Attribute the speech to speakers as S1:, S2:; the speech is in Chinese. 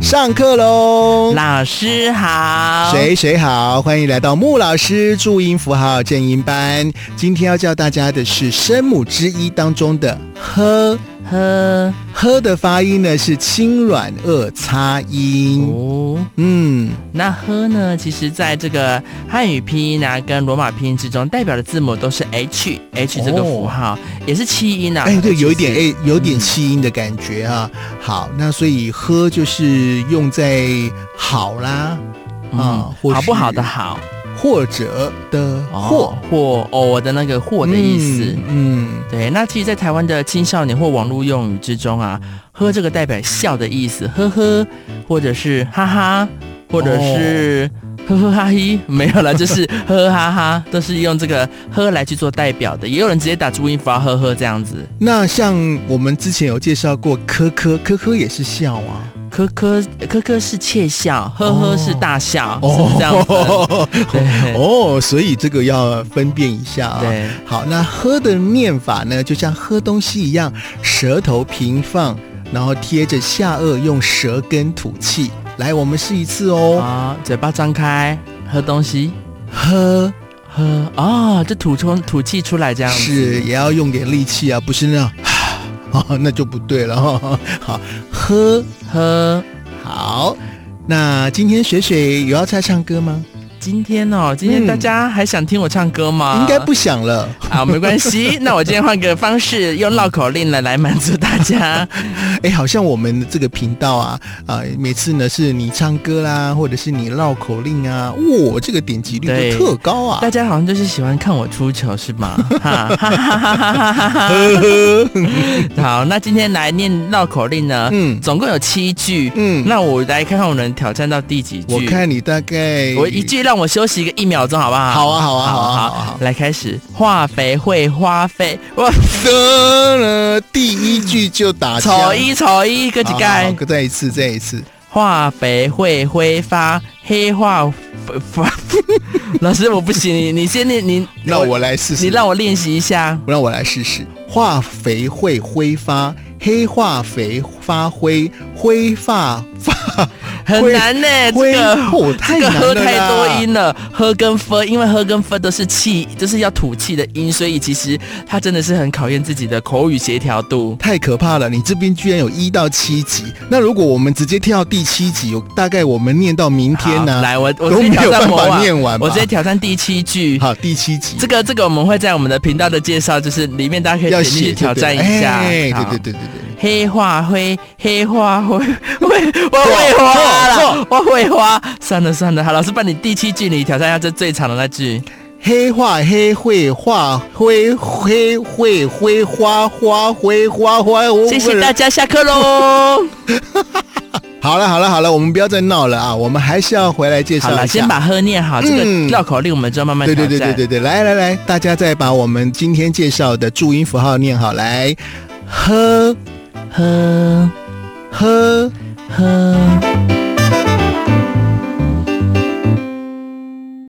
S1: 上课喽！
S2: 老师好，
S1: 谁谁好，欢迎来到穆老师注音符号正音班。今天要教大家的是声母之一当中的“呵
S2: 呵”，“
S1: 呵”的发音呢是轻软腭擦音。
S2: 哦。
S1: 嗯，
S2: 那呵呢？其实在这个汉语拼音啊跟罗马拼音之中，代表的字母都是 H H 这个符号，也是气音啊。
S1: 哦哎，对，有一点
S2: 其实
S1: 哎，有点气音的感觉啊。好，那所以“呵”就是用在好啦，啊
S2: 嗯，
S1: 或
S2: 好不好的
S1: 是
S2: 好，
S1: 或者的或
S2: 或或哦，我的那个或的意思。
S1: 嗯。嗯
S2: 对，那其实，在台湾的青少年或网络用语之中啊，“呵”这个代表笑的意思，呵呵，或者是哈哈，或者是
S1: 哦
S2: 呵呵哈嘿，没有了，就是呵呵哈哈，都是用这个“呵”来去做代表的。也有人直接打注音符号“呵呵”这样子，
S1: 那像我们之前有介绍过科科，科科也是笑啊，
S2: 科科科科是窃笑，呵呵是大笑，是不是这样子？
S1: 哦
S2: 对
S1: 哦，所以这个要分辨一下啊。
S2: 对，
S1: 好，那喝的念法呢，就像喝东西一样，舌头平放，然后贴着下颚，用舌根吐气。来，我们试一次哦，
S2: 啊，嘴巴张开，喝东西，
S1: 喝
S2: 喝哦，就吐出吐气出来这样子。
S1: 是也要用点力气啊，不是那样， 哦，那就不对了 哈。好，喝
S2: 喝。
S1: 好。那今天水水有要再唱歌吗？
S2: 今天哦，今天
S1: 嗯
S2: 大家还想听我唱歌吗？
S1: 应该 不想了。
S2: 啊，没 关系。那我今天换个方式，用绕口令来来满足大 家。
S1: 哎，好像我们这个频道啊，啊、每次呢是你唱歌啦，或者是你绕口令啊，哇、这个点击率都
S2: 对
S1: 特高啊
S2: 大。家好像就是喜欢看我出糗是 吗？哈 哈哈哈哈哈哈！好，那今天来念绕口令呢，
S1: 嗯
S2: 总共有七句。
S1: 嗯
S2: 那我来看看我能挑战到第几句。
S1: 我看你大概
S2: 我一句让我休息一个一秒钟，好不好？
S1: 好啊好啊好啊
S2: 好
S1: 好啊好啊
S2: 来开始。化肥会花费，我
S1: 的呢，第一句就打枪
S2: 丑一丑一，个几
S1: 好好
S2: 盖
S1: 好。再一次再一次，
S2: 化肥会挥发，黑化发。 老师，我不行，你你先练，你
S1: 那我来试试。
S2: 你让我练习一下。
S1: 让我来试试。化肥会挥发，黑化肥发灰，灰发发
S2: 很难呢、
S1: 灰
S2: 这个
S1: 哦太
S2: 这个
S1: 难了
S2: 喝
S1: 啦
S2: 太多音了，喝跟分，因为喝跟分都是气，就是要吐气的音，所以其实它真的是很考验自己的口语协调度。
S1: 太可怕了！你这边居然有一到七集，那如果我们直接跳到第七集，有大概我们念到明天呢、
S2: 好来，我我
S1: 都
S2: 直接
S1: 没
S2: 挑
S1: 有
S2: 战
S1: 办
S2: 魔
S1: 法
S2: 王，
S1: 念完吧。
S2: 我直接挑战第七句。
S1: 好第七集，
S2: 这个这个我们会在我们的频道的介绍，就是里面大家可以
S1: 要
S2: 点进
S1: 写
S2: 去挑战一下。
S1: 对
S2: 好
S1: 不对哎对对对对对
S2: 黑化灰，黑化灰，我我会花了，我会花。算了算了，好，老师帮你第七句，你挑战一下这最长的那句。
S1: 对，黑化黑会化灰黑会灰花花灰花花。我
S2: 谢谢大家，下课喽。
S1: 好了好了好了，我们不要再闹了啊！我们还是要回来介绍
S2: 好
S1: 一下。
S2: 了，先把喝念好，这
S1: 嗯
S2: 个绕口令我们就要慢慢
S1: 对
S2: 挑
S1: 对
S2: 战。
S1: 对对对对，来来来，大家再把我们今天介绍的注音符号念好来，呵
S2: 喝
S1: 呵。
S2: 喝。